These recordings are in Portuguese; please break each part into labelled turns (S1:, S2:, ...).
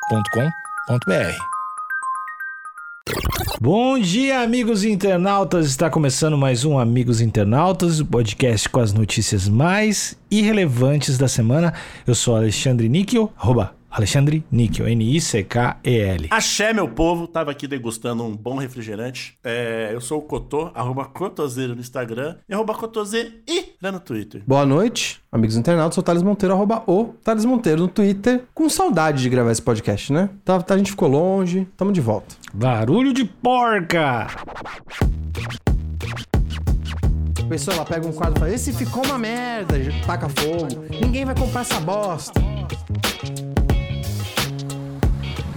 S1: agenciadepodcast.com.br.
S2: Bom dia, amigos internautas! Está começando mais um Amigos Internautas, o podcast com as notícias mais irrelevantes da semana. Eu sou Alexandre Níquel, arroba Alexandre Níquel, N-I-C-K-E-L.
S3: Axé, meu povo. Tava aqui degustando um bom refrigerante. É, eu sou o Cotô, arroba Cotoseiro no Instagram e arroba Cotoseiro e lá no Twitter.
S4: Boa noite, amigos internautas. Sou o Thales Monteiro, arroba o Thales Monteiro no Twitter. Com saudade de gravar esse podcast, né? Tá, tá- a gente ficou longe, tamo de volta.
S2: Barulho de porca!
S4: A pessoa ela pega um quadro e fala: Esse ficou uma merda, taca fogo. Ninguém vai comprar essa bosta.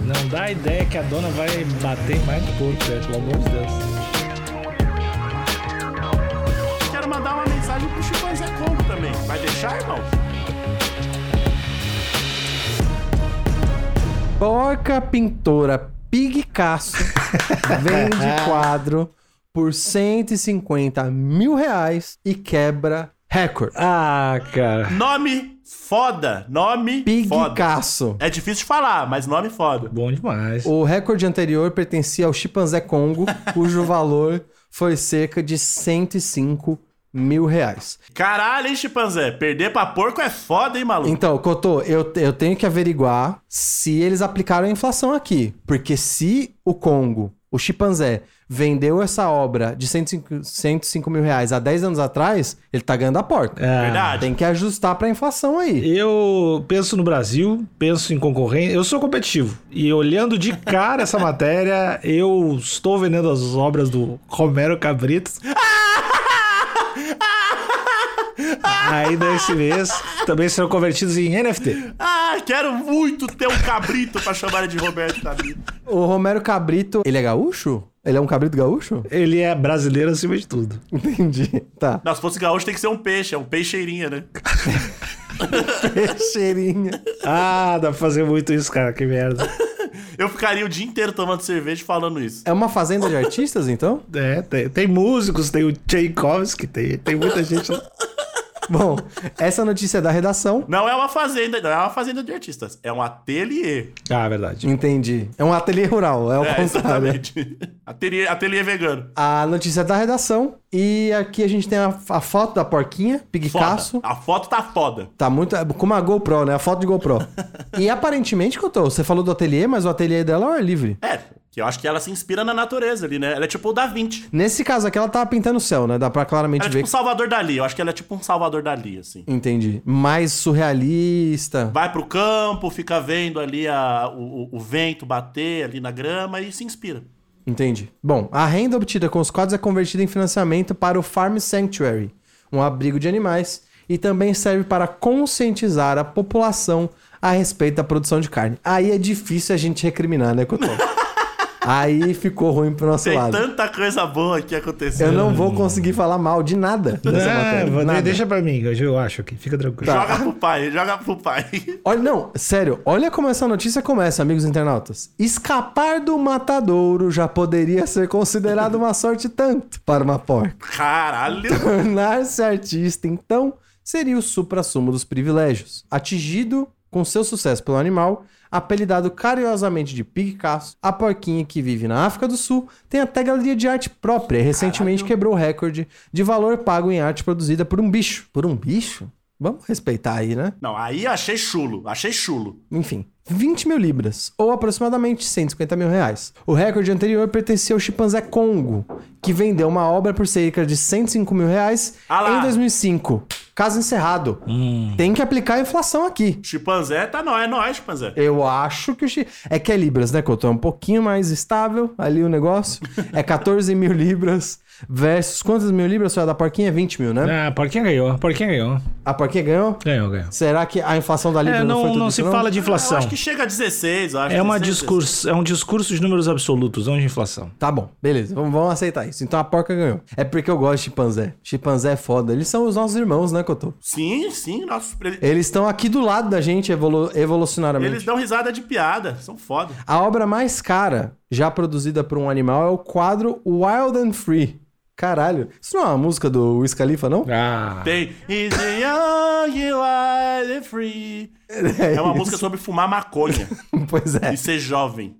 S2: Não dá ideia que a dona vai bater mais porco, velho, pelo amor de Deus.
S3: Quero mandar uma mensagem pro Chico Zé Combo também. Vai deixar, irmão?
S4: Porca pintora Pig Casso vende quadro por 150 mil reais e quebra recorde.
S2: Ah, cara.
S3: Nome foda. Nome
S4: Pig
S3: foda.
S4: Casso.
S3: É difícil de falar, mas nome foda.
S2: Bom demais.
S4: O recorde anterior pertencia ao chimpanzé Congo, cujo valor foi cerca de 105 mil reais.
S3: Caralho, hein, Chipanzé? Perder pra porco é foda, hein, maluco?
S4: Então, Cotô, eu, eu tenho que averiguar se eles aplicaram a inflação aqui. Porque se o Congo, o chimpanzé, vendeu essa obra de 105, 105 mil reais há 10 anos atrás, ele tá ganhando a porta.
S2: Ah,
S3: Verdade.
S4: Tem que ajustar pra inflação aí.
S2: Eu penso no Brasil, penso em concorrência. Eu sou competitivo. E olhando de cara essa matéria, eu estou vendendo as obras do Romero Cabritos. Ainda esse mês também serão convertidos em NFT.
S3: Ah, quero muito ter um cabrito pra chamar de Roberto Cabrito.
S4: O Romero Cabrito, ele é gaúcho? Ele é um cabrito gaúcho?
S2: Ele é brasileiro acima de tudo.
S4: Entendi. Tá.
S3: Não, se fosse gaúcho, tem que ser um peixe. É um peixeirinha, né?
S4: Cheirinha.
S2: Ah, dá pra fazer muito isso, cara. Que merda.
S3: Eu ficaria o dia inteiro tomando cerveja e falando isso.
S4: É uma fazenda de artistas, então?
S2: É, tem, tem músicos, tem o Tchaikovsky, tem, tem muita gente. lá.
S4: Bom, essa notícia é da redação.
S3: Não é uma fazenda, não é uma fazenda de artistas. É um ateliê.
S2: Ah, verdade.
S4: Entendi. É um ateliê rural, é o
S3: É,
S4: contrário.
S3: exatamente. ateliê, ateliê vegano.
S4: A notícia é da redação. E aqui a gente tem a, a foto da porquinha,
S3: Foda.
S4: Picasso.
S3: A foto tá foda.
S4: Tá muito. é Com uma GoPro, né? A foto de GoPro. e aparentemente, Couto, você falou do ateliê, mas o ateliê dela é ao ar livre.
S3: É, que eu acho que ela se inspira na natureza ali, né? Ela é tipo o Da Vinci.
S4: Nesse caso aqui, ela tava pintando o céu, né? Dá pra claramente
S3: Ela é
S4: ver.
S3: tipo um Salvador Dali. Eu acho que ela é tipo um Salvador Dali, assim.
S4: Entendi. Mais surrealista.
S3: Vai pro campo, fica vendo ali a, o, o- o vento bater ali na grama e se inspira.
S4: Entendi. Bom, a renda obtida com os quadros é convertida em financiamento para o Farm Sanctuary, um abrigo de animais, e também serve para conscientizar a população a respeito da produção de carne. Aí é difícil a gente recriminar, né, Cotô? Aí ficou ruim pro nosso
S3: Tem
S4: lado.
S3: tanta coisa boa aqui acontecendo.
S4: Eu não vou conseguir falar mal de nada dessa matéria.
S2: Não,
S4: nada.
S2: É, deixa pra mim, eu- eu acho aqui. Fica tranquilo.
S4: Ah.
S3: Joga pro pai, joga pro pai.
S4: Olha, não, sério, olha como essa notícia começa, amigos internautas. Escapar do matadouro já poderia ser considerado uma sorte tanto para uma porca.
S3: Caralho.
S4: Tornar-se artista, então, seria o supra-sumo dos privilégios. Atingido com seu sucesso pelo animal, apelidado carinhosamente de Pig Casso, a porquinha que vive na África do Sul tem até galeria de arte própria e recentemente quebrou o recorde de valor pago em arte produzida por um bicho. Por um bicho? Vamos respeitar aí, né?
S3: Não, aí achei chulo, achei chulo.
S4: Enfim, 20 mil libras, ou aproximadamente 150 mil reais. O recorde anterior pertencia ao chimpanzé Congo, que vendeu uma obra por cerca de 105 mil reais
S3: Ah lá.
S4: em 2005. Caso encerrado.
S2: Hum.
S4: Tem que aplicar a inflação aqui.
S3: Chipanzé tá nó, é nóis, Chipanzé.
S4: Eu acho que o chi... É que é libras, né, Couto? É um pouquinho mais estável ali o negócio. É 14 mil libras versus... Quantas mil libras foi a da porquinha? 20 mil, né?
S2: Ah, porquinha ganhou, porquinha ganhou.
S4: A porquinha ganhou?
S2: Ganhou, ganhou.
S4: Será que a inflação da libra
S2: É,
S4: não, foi
S2: não,
S4: tudo
S2: não
S4: isso,
S2: se fala de
S3: Ah, Eu
S2: inflação.
S3: acho que chega a 16, eu acho.
S2: É, uma
S3: 16,
S2: discurso, é um discurso de números absolutos, não de inflação.
S4: Tá bom, beleza. Vamos, vamos aceitar isso. Então a porca ganhou. É porque eu gosto de chimpanzé. Chimpanzé é foda. Eles são os nossos irmãos, né, Cotô?
S3: Sim, sim, nossa. ele-
S4: Eles estão aqui do lado da gente evolu evolucionariamente.
S3: Eles dão risada de piada, são foda.
S4: A obra mais cara já produzida por um animal é o quadro Wild and Free, Caralho. Isso não é uma música do Wiz Khalifa, não?
S2: Ah.
S3: Tem Is a Young Life Free. É uma música sobre fumar maconha
S4: Pois é.
S3: e ser jovem.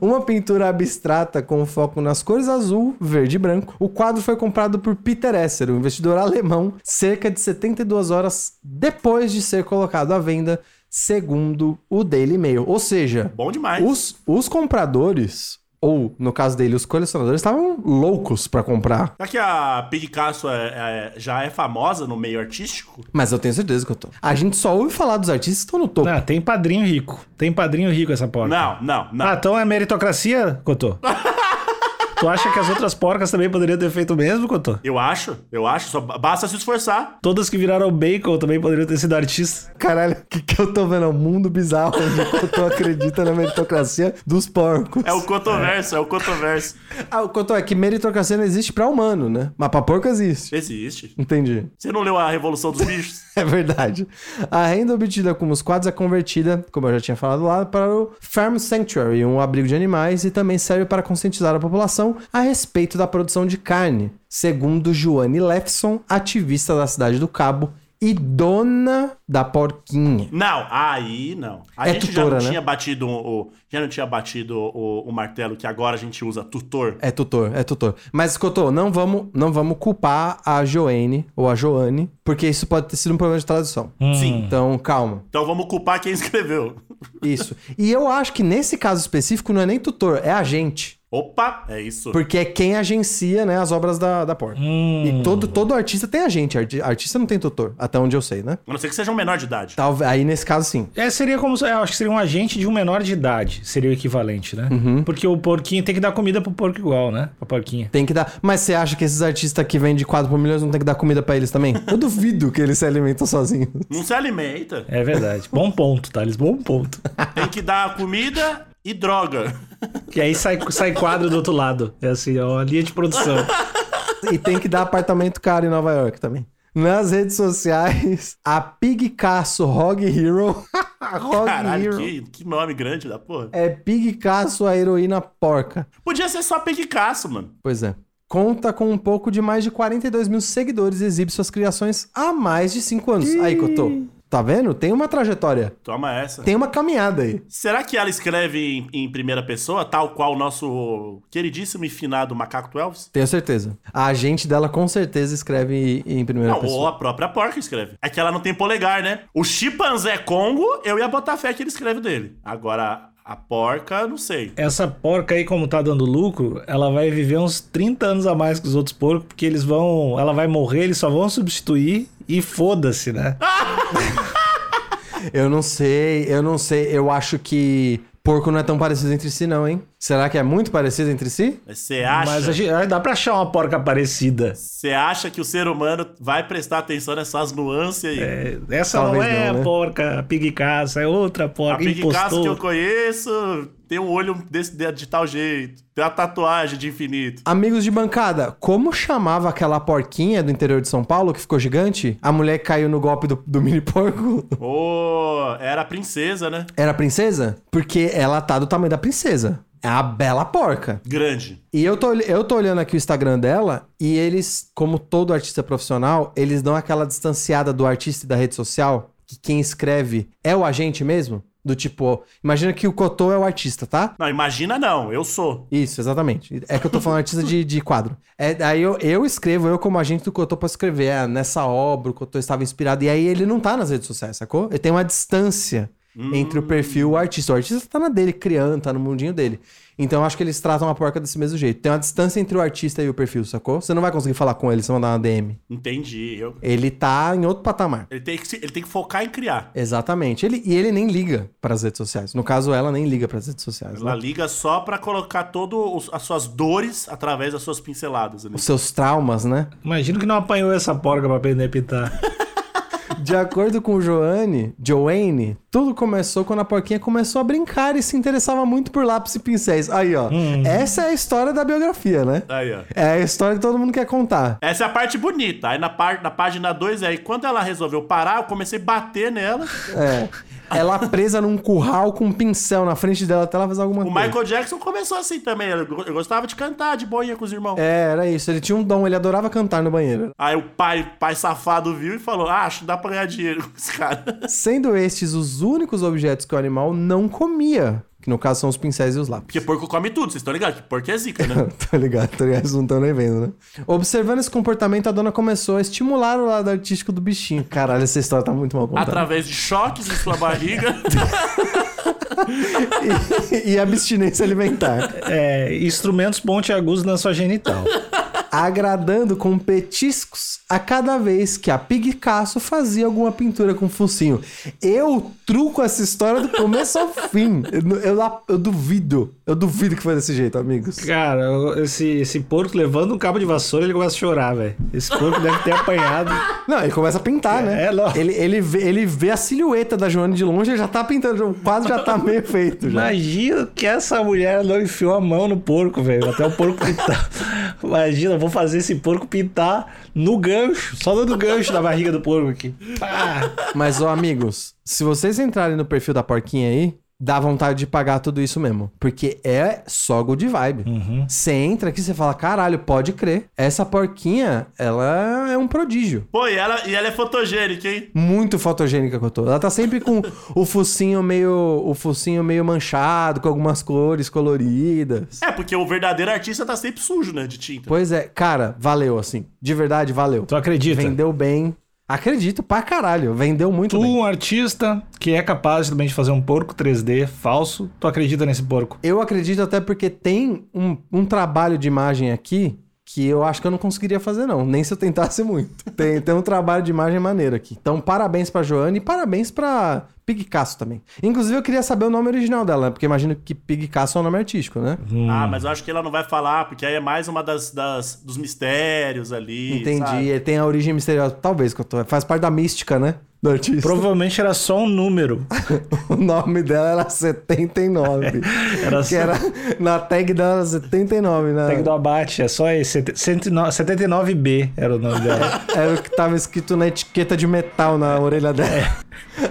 S4: Uma pintura abstrata com foco nas cores azul, verde e branco. O quadro foi comprado por Peter Esser, um investidor alemão, cerca de 72 horas depois de ser colocado à venda, segundo o Daily Mail. Ou seja,
S3: Bom demais.
S2: Uh.
S4: os, os compradores, ou no caso dele, os colecionadores, estavam loucos pra comprar.
S3: Será que a Picasso é, é- já é famosa no meio artístico?
S4: Mas eu tenho certeza que eu tô. A gente só ouve falar dos artistas que estão no topo.
S2: Não, tem padrinho rico. Tem padrinho rico essa porca.
S3: Não, não, não.
S2: Ah, então é meritocracia, Cotô? tu acha que as outras porcas também poderiam ter feito o mesmo, Cotô?
S3: Eu acho, eu acho. Só basta se esforçar.
S2: Todas que viraram bacon também poderiam ter sido artistas.
S4: Caralho, o que, que eu tô vendo? É um mundo bizarro onde eu tô acredita na meritocracia dos porcos.
S3: É o cotoverso, é, o cotoverso.
S4: Ah, o que eu tô é que meritocracia não existe pra humano, né? Mas pra porco existe.
S3: Existe.
S4: Entendi.
S3: Você não leu a Revolução dos Bichos?
S4: É verdade. A renda obtida com os quadros é convertida, como eu já tinha falado lá, para o Farm Sanctuary, um abrigo de animais, e também serve para conscientizar a população a respeito da produção de carne, segundo Joane Lefson, ativista da cidade do Cabo e dona da porquinha.
S3: Não, aí não. A
S4: É
S3: gente já
S4: tutora,
S3: não
S4: né?
S3: tinha batido o, já não tinha batido o, o martelo que agora a gente usa tutor.
S4: É tutor, é tutor. Mas, Cotô, não vamos, não vamos culpar a Joane ou a Joane, porque isso pode ter sido um problema de tradução.
S3: Sim.
S4: Então, calma.
S3: Então vamos culpar quem escreveu.
S4: Isso. E eu acho que nesse caso específico não é nem tutor, é agente.
S3: Opa, é isso.
S4: Porque é quem agencia né, as obras da, da porta. E todo, todo artista tem agente. arti- Artista não tem tutor, até onde eu sei, né?
S3: A não ser que seja um menor de idade.
S4: Talvez, aí nesse caso, sim.
S2: É, seria como. se- é, Eu acho que seria um agente de um menor de idade. Seria o equivalente, né? Porque o porquinho tem que dar comida pro porco igual, né? Pra porquinha.
S4: Tem que dar. Mas você acha que esses artistas que vendem quadro por milhões não tem que dar comida pra eles também? Eu duvido que eles se alimentam sozinhos.
S3: Não se alimenta.
S2: É verdade. Bom ponto, Thales. Bom ponto.
S3: Tem que dar comida e droga.
S2: E aí sai, sai quadro do outro lado. É assim, ó, a linha de produção.
S4: E tem que dar apartamento caro em Nova York também. Nas redes sociais, a Pig Caço Hog Hero. Hog
S3: Caralho,
S4: Hero.
S3: que, que nome grande da porra.
S4: É Pig Caço a heroína porca.
S3: Podia ser só Picasso, mano.
S4: Pois é. Conta com um pouco de mais de 42 mil seguidores e exibe suas criações há mais de 5 anos. Aí, Cotô. Tá vendo? Tem uma trajetória.
S3: Toma essa.
S4: Tem uma caminhada aí.
S3: Será que ela escreve em, em primeira pessoa, tal qual o nosso queridíssimo e finado Macaco Twelves?
S4: Tenho certeza. A agente dela com certeza escreve em
S2: É,
S4: primeira
S3: Não, ou
S4: pessoa.
S3: a própria porca escreve. É que ela não tem polegar, né? O chimpanzé Congo, eu ia botar fé que ele escreve dele. Agora, a porca, não sei.
S2: Essa porca aí, como tá dando lucro, ela vai viver uns 30 anos a mais que os outros porcos, porque eles vão. Ela vai morrer, eles só vão substituir e foda-se, né?
S4: Eu não sei, eu não sei. Eu acho que porco não é tão parecido entre si, não, hein? Será que é muito parecido entre si?
S3: Mas Você acha,
S2: Mas a gente- ah, dá pra achar uma porca parecida.
S3: você acha que o ser humano vai prestar atenção nessas nuances aí?
S2: É, Essa não
S4: Talvez
S2: é
S4: não, né?
S2: a porca, a pigcaça, é outra
S3: A
S2: porca,
S3: Big Cass que eu
S2: impostor.
S3: conheço tem um olho desse de, de tal jeito. Tem uma tatuagem de infinito.
S4: Amigos de bancada, como chamava aquela porquinha do interior de São Paulo que ficou gigante? A mulher que caiu no golpe do, do mini porco?
S3: Ô, era a princesa, né?
S4: Era a princesa? Porque ela tá do tamanho da princesa. É a bela porca.
S3: Grande.
S4: E eu tô, eu tô olhando aqui o Instagram dela e eles, como todo artista profissional, eles dão aquela distanciada do artista e da rede social, que quem escreve é o agente mesmo? Do tipo, ó, imagina que o Cotô é o artista, tá?
S3: Não, imagina não, eu sou.
S4: Isso, exatamente. É que eu tô falando artista de, de quadro. É, aí eu, eu escrevo, eu como agente do Cotô pra escrever. É, nessa obra o Cotô estava inspirado. E aí ele não tá nas redes sociais, sacou? Ele tem uma distância entre o perfil e o artista. O artista tá na dele, criando, tá no mundinho dele. Então eu acho que eles tratam a porca desse mesmo jeito. Tem uma distância entre o artista e o perfil, sacou? Você não vai conseguir falar com ele se mandar uma DM.
S3: Entendi. Eu-
S4: Ele tá em outro patamar.
S3: ele, tem que, se- ele tem que focar em criar.
S4: Exatamente. Ele, e ele nem liga pras redes sociais. No caso, ela nem liga pras redes sociais.
S3: Ela
S4: Né?
S3: liga só pra colocar todas as suas dores através das suas pinceladas. ali.
S4: Os seus traumas, né?
S2: Imagino que não apanhou essa porca pra aprender a pintar.
S4: De acordo com Joanne, Joanne, Tudo começou quando a porquinha começou a brincar e se interessava muito por lápis e pincéis. Aí, ó. Essa é a história da biografia, né?
S3: Aí, ó.
S4: É a história que todo mundo quer contar.
S3: Essa é a parte bonita. Aí na, par, na página 2, aí quando ela resolveu parar, eu comecei a bater nela.
S4: É. Ela presa num curral com um pincel na frente dela até ela fazer alguma
S3: O
S4: coisa.
S3: Michael Jackson começou assim também. Eu go- eu gostava de cantar de boinha com os irmãos.
S4: É, era isso. Ele tinha um dom, ele adorava cantar no banheiro.
S3: Aí o pai, pai safado viu e falou: ah, Acho que dá pra ganhar dinheiro com esse cara.
S4: Sendo estes os únicos objetos que o animal não comia. Que no caso são os pincéis e os lápis.
S3: Porque porco come tudo, vocês estão ligados? Que Porco é zica, né?
S4: tá ligado? Tá ligado? Eles não estão nem vendo, né? Observando esse comportamento, a dona começou a estimular o lado artístico do bichinho. Caralho, essa história tá muito mal contada.
S3: Através de choques em sua barriga.
S4: E, e abstinência alimentar.
S2: É, instrumentos pontiagudos na sua genital.
S4: Agradando com petiscos a cada vez que a Pig Casso fazia alguma pintura com focinho. Eu truco essa história do começo ao fim. Eu, nu- eu, lá- eu duvido. Eu duvido que foi desse jeito, amigos.
S2: Cara, eu- esse, esse porco levando um cabo de vassoura, ele começa a chorar, velho. Esse porco deve ter apanhado.
S4: Não, ele começa a pintar, né?
S2: É, lógico.
S4: Ele, ele, vê, ele vê a silhueta da Joana de longe, ele já tá pintando, quase já tá meio feito. Já.
S2: Imagina que essa mulher não enfiou a mão no porco, velho. Até o porco pintar. Imagina, eu vou fazer esse porco pintar no gancho, só dando gancho na barriga do porco aqui. Pá!
S4: Mas, ó, amigos, se vocês entrarem no perfil da porquinha aí, dá vontade de pagar tudo isso mesmo. Porque é só good vibe. Você entra aqui e você fala, caralho, pode crer. Essa porquinha, ela é um prodígio.
S3: Pô, e ela, e ela é fotogênica, hein?
S4: Muito fotogênica que eu tô. Ela tá sempre com o focinho meio. o focinho meio manchado, com algumas cores coloridas.
S3: É, porque o verdadeiro artista tá sempre sujo, né? De tinta.
S4: Pois é, cara, valeu, assim. De verdade, valeu.
S2: Tu acredita?
S4: Vendeu bem. Acredito, pra caralho. Vendeu muito
S2: Tu,
S4: bem.
S2: um artista que é capaz também de fazer um porco 3D falso, tu acredita nesse porco?
S4: Eu acredito até porque tem um, um trabalho de imagem aqui que eu acho que eu não conseguiria fazer, não. Nem se eu tentasse muito. Tem, tem um trabalho de imagem maneiro aqui. Então, parabéns pra Joana e parabéns pra Pig Casso também. Inclusive, eu queria saber o nome original dela, né? porque imagino que Pig Casso é um nome artístico, né?
S2: Uhum.
S3: Ah, mas eu acho que ela não vai falar, porque aí é mais uma das, das dos mistérios ali.
S4: Entendi.
S3: sabe?
S4: Ele tem a origem misteriosa. Talvez, que eu tô- faz parte da mística, né? Do artista.
S2: Provavelmente era só um número.
S4: O nome dela era 79.
S2: Era
S4: que era, na tag dela era 79, né?
S2: Tag do abate, é só esse. 79 79B era o nome dela.
S4: Era É o que tava escrito na etiqueta de metal na orelha dela.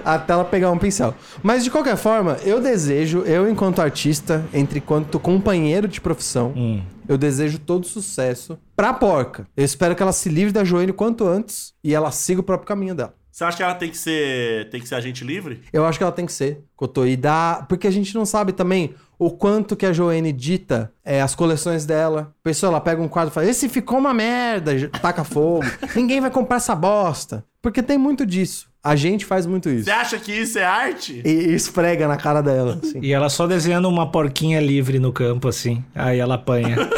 S4: Até ela pegar um pincel. Mas de qualquer forma, eu desejo, eu enquanto artista, entre enquanto companheiro de profissão, eu desejo todo sucesso pra porca. Eu espero que ela se livre da Joelho quanto antes e ela siga o próprio caminho dela.
S3: Você acha que ela tem que ser. tem que ser agente livre?
S4: Eu acho que ela tem que ser, Cotô. E dá. Porque a gente não sabe também o quanto que a Joane dita é, as coleções dela. Pessoa, ela pega um quadro e fala: Esse ficou uma merda, e taca fogo. Ninguém vai comprar essa bosta. Porque tem muito disso. A gente faz muito isso.
S3: Você acha que isso é arte?
S4: E, e esfrega na cara dela. assim.
S2: E ela só desenhando uma porquinha livre no campo, assim. Aí ela apanha.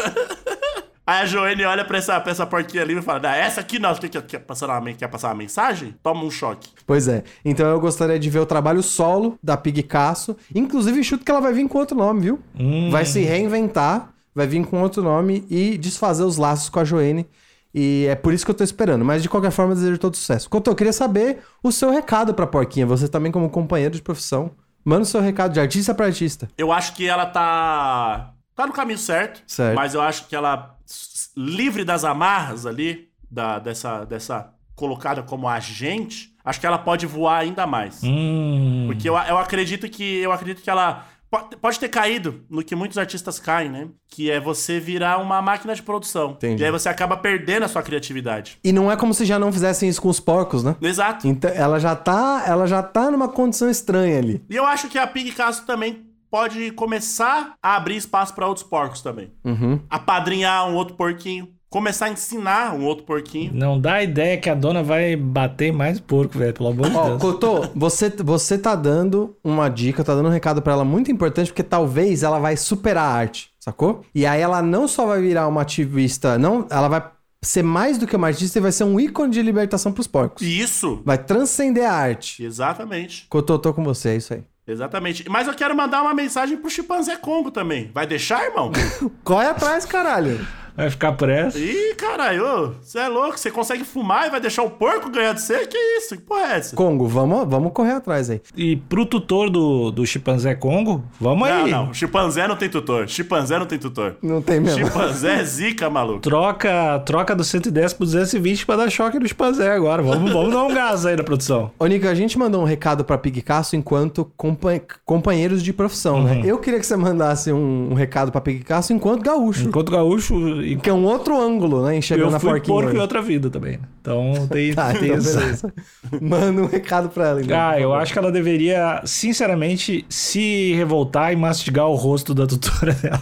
S3: Aí a Joane olha pra essa, pra essa porquinha ali e fala: "Ah, essa aqui não, você quer, quer, passar uma, men- quer passar uma mensagem? Toma um choque.
S4: Pois é. Então eu gostaria de ver o trabalho solo da Pig Casso. Inclusive, chuto que ela vai vir com outro nome, viu? Vai se reinventar, vai vir com outro nome e desfazer os laços com a Joene. E é por isso que eu tô esperando. Mas de qualquer forma, eu desejo todo sucesso. Cotô, eu queria saber o seu recado pra Porquinha. Você também, como companheiro de profissão, manda o seu recado de artista pra artista.
S3: Eu acho que ela tá. tá no caminho certo.
S4: Certo.
S3: Mas eu acho que ela, s- livre das amarras ali, da, dessa, dessa colocada como agente, acho que ela pode voar ainda mais.
S2: hum.
S3: Porque eu, eu acredito que eu acredito que ela po- pode ter caído no que muitos artistas caem, né? Que é você virar uma máquina de produção.
S4: Entendi.
S3: E aí você acaba perdendo a sua criatividade.
S4: E não é como se já não fizessem isso com os porcos, né?
S3: Exato.
S4: Então, ela já tá, ela já tá numa condição estranha ali.
S3: E eu acho que a Pig Castro também pode começar a abrir espaço para outros porcos também.
S4: Uhum.
S3: Apadrinhar um outro porquinho. Começar a ensinar um outro porquinho.
S2: Não dá ideia que a dona vai bater mais porco, velho. Pelo amor de
S4: Ó,
S2: Deus.
S4: Cotô, você, você tá dando uma dica, tá dando um recado pra ela muito importante, porque talvez ela vai superar a arte, sacou? E aí ela não só vai virar uma ativista, não, ela vai ser mais do que uma artista e vai ser um ícone de libertação pros porcos.
S3: E Isso.
S4: Vai transcender a arte.
S3: Exatamente.
S4: Cotô, tô com você, é isso aí.
S3: Exatamente. Mas eu quero mandar uma mensagem pro chimpanzé Congo também. Vai deixar, irmão?
S4: Corre atrás, caralho.
S2: Vai ficar por essa.
S3: Ih, caralho, você é louco, você consegue fumar e vai deixar o porco ganhar de você? Que isso? Que porra é essa?
S4: Congo, vamos, vamos correr atrás aí.
S2: E pro tutor do, do chimpanzé Congo, vamos
S3: não,
S2: aí.
S3: não, chimpanzé não tem tutor. Chimpanzé não tem tutor.
S4: Não tem mesmo.
S3: Chimpanzé é zica, maluco.
S2: Troca, troca do 110 pro 220 pra dar choque no chimpanzé agora. Vamos, vamos dar um gás aí na produção.
S4: Ô, Nico, a gente mandou um recado pra Pigcasso enquanto compa- companheiros de profissão, né? Eu queria que você mandasse um, um recado pra Pigcasso enquanto gaúcho.
S2: Enquanto gaúcho, e-
S4: Que é um outro ângulo, né? Enxergando
S2: eu
S4: na
S2: fui
S4: porquinha.
S2: porco em
S4: hoje.
S2: outra vida também. né? Então tem,
S4: Tá,
S2: tem
S4: então
S2: essa-
S4: beleza. Manda um recado pra ela, então.
S2: Ah, eu acho que ela deveria, sinceramente, se revoltar e mastigar o rosto da tutora dela.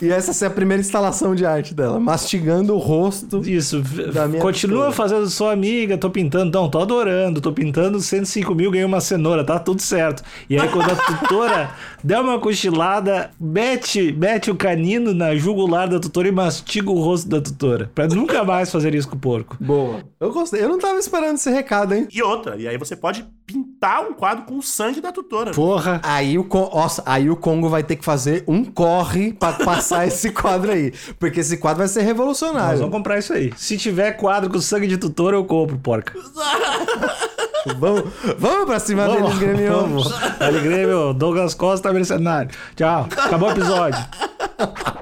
S4: E essa é a primeira instalação de arte dela. Mastigando o rosto.
S2: Isso, v-
S4: Da minha
S2: continua
S4: tutora.
S2: fazendo sua amiga, tô pintando, não, tô adorando, tô pintando 105 mil, ganhei uma cenoura, tá tudo certo. E aí quando a tutora der uma cochilada, mete, mete o canino na jugular da tutora e mastiga o rosto da tutora. Pra nunca mais fazer isso com o porco.
S4: Boa. Eu gostei. Eu não tava esperando esse recado, hein?
S3: E outra, e aí você pode pintar um quadro com o sangue da tutora.
S2: Porra.
S4: Aí o, Con- Nossa, aí o Congo vai ter que fazer um corre pra passar esse quadro aí. Porque esse quadro vai ser
S2: Nós
S4: revolucionário.
S2: vamos comprar isso aí. Se tiver quadro com sangue de tutora, eu compro, porca.
S4: Vamos, vamos pra cima deles, Grêmio.
S2: vamos. Vale, Grêmio, Douglas Costa, mercenário. Tchau. Acabou o episódio.